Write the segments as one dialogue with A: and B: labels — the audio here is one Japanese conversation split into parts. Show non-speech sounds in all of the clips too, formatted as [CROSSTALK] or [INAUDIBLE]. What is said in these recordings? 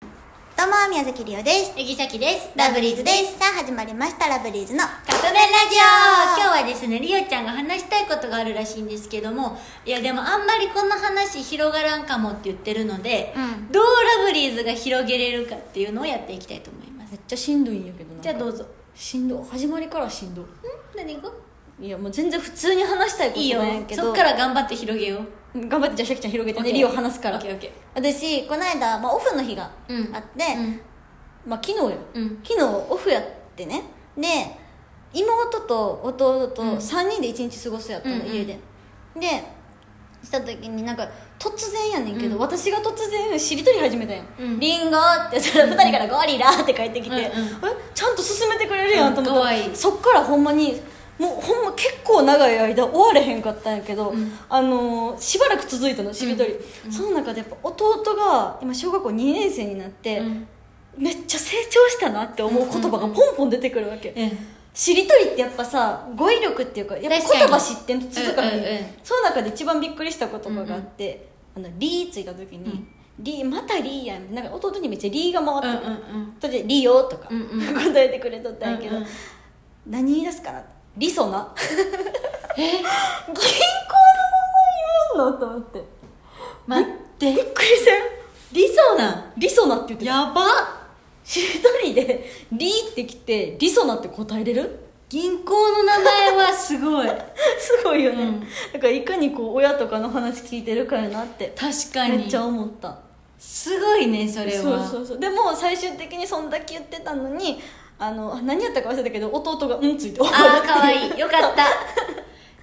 A: どうも、宮崎りおです。
B: えぎさきです。
A: ラブリーズです。さあ、始まりました、ラブリーズの。
B: カップ麺ラジオ今日はですね、りおちゃんが話したいことがあるらしいんですけども、いやでもあんまりこんな話広がらんかもって言ってるので、
A: うん
B: どうラブリーズが広げれるかっていうのをやっていきたいと思います。
C: めっちゃしんどいんやけどな
B: じゃあどうぞ。
C: しんど始まりからしんど
B: 何が
C: いやもう全然普通に話したいこと
B: いいよ
C: なんや。けど
B: そっから頑張って広げよう。
C: 頑張ってじゃあシャキちゃん広げてね
B: OK
C: リオ話すから
B: オッケーオッケ
C: 私この間、まあ、オフの日が
B: うん
C: あって、
B: うん
C: まあ、昨日や、
B: うん
C: 昨日オフやってねで妹と弟と
B: うん
C: 3人で一日過ごすやったの、
B: うんうん
C: 家ででした時になんか突然やねんけど、
B: うん
C: 私が突然しりとり始めたやん、
B: うん
C: リンゴってやったら2人からゴリラって帰ってきて、
B: うんうん
C: えちゃんと進めてくれるやんと思ったら、
B: うん可愛い
C: そっからほんまにもうほんま結構長い間終われへんかったんやけど、
B: うん
C: あのーしばらく続いたのしりとり、その中でやっぱ弟が今小学校2年生になって、
B: ー。うん。
C: めっちゃ成長したなって思う言葉がポンポン出てくるわけ、しりとりってやっぱさ語彙力っていうかやっぱ
B: 確かに
C: 言葉知ってんと続かへん、
B: うんうんうん
C: その中で一番びっくりした言葉があって「あのリー」ついた時に「
B: うん
C: リーまたリーやん」なんか弟にめっちゃ「リー」が回っ
B: う
C: て
B: ん
C: る、
B: うんうん。
C: それで「リオ」とか
B: うんう
C: 答えてくれとったんやけど、
B: うんうん
C: 何言い出すかなリソ
B: [LAUGHS]
C: ナ銀行の名前言えんのと思って
B: 待って。
C: びっくりせん
B: 理想なん。
C: リソナって言ってた
B: やば
C: しりとりで「リ」ってきて「リソナ」って答えれる
B: 銀行の名前はすごい。
C: すごいよね、
B: うん
C: だからいかにこう親とかの話聞いてるかやなって
B: 確かに。
C: めっちゃ思った
B: すごいね、それは。
C: そうそうそうでも最終的にそんだけ言ってたのにあのあ何やったか忘れたけど弟が「うん」ついて
B: あ
C: っ
B: あ、
C: て
B: かわいい。よか
C: [LAUGHS]
B: った。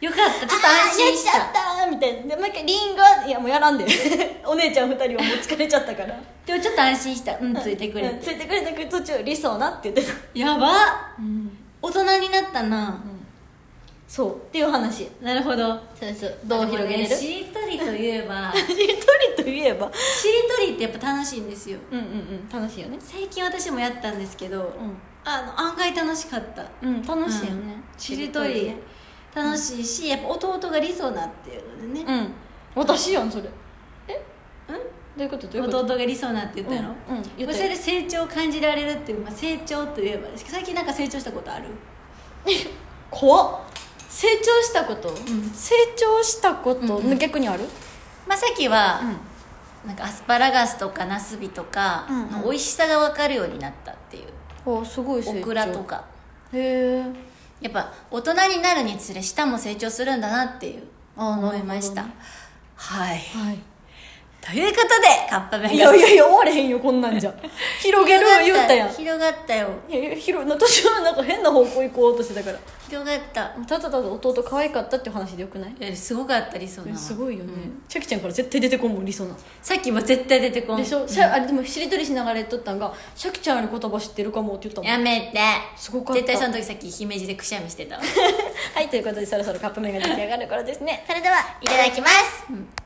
B: よかった。ちょっと安心し
C: あーや
B: た
C: っ。ちゃったみたいなでもう一回リンゴいやもうやら
B: [LAUGHS]
C: んでお姉ちゃん二人はもう疲れちゃったから
B: でもちょっと安心した。うん、ついてくれ
C: うんつ
B: て。
C: いてくれたけど途中理想なって言ってた、
B: やば大人になったな。
C: そうっていう話
B: なるほど。
C: そうそうどう広げれる、
B: あのねしりとりといえ
C: [LAUGHS]
B: ば、し
C: しりとりといえば
B: りとりってやっぱ楽しいんですよ。
C: うんうんうん楽しいよね
B: 最近私もやったんですけど、
C: う
B: あの、案外楽しかった。
C: ん、うん、楽しいよね、
B: うんしりとり
C: ね。
B: 楽しいし、やっぱ弟が理想なっていうので
C: う
B: ね。
C: ん私やんそれえんどういうことどういうこと
B: 弟が理想なって言ったやろ
C: うんうん言ったよ
B: それで成長を感じられるっていう、まあ、成長といえばですけど最近なんか成長したことある
C: [LAUGHS] 怖っ成長したこと、
B: ん
C: 成長したこと、
B: うんうん
C: 逆にある
D: まあ、さっきは、なんかアスパラガスとかナスビとか、
C: うんうん
D: まあ美味しさが分かるようになったっていう
C: おすごい成長
D: オクラとか
C: へえ
D: やっぱ大人になるにつれ舌も成長するんだなっていう思いました、はい
C: はい
D: ということでカップ麺が
C: いやいやいや終われへんよこんなん [LAUGHS] じゃ広げる言うたやんい
D: 広がったよ
C: やいや広い途中なんか変な方向行こうとしてたから
D: 広がった
C: ただただ弟可愛かったっていう話でよくない
D: いやすごかったりそうな
C: すごいよね、チャキちゃんから絶対出てこんもん理想な
D: さっきも絶対出てこん
C: でしょ、しゃあれでもしりとりしながら言っとったんが「シャキちゃんより言葉知ってるかも」って言ったもん
D: やめて
C: すごかった
D: 絶対その時さっき姫路でくしゃみしてたわ [LAUGHS]
C: はいということでそろそろカップ麺が出来上がる頃ですね
A: それでは、いただきます。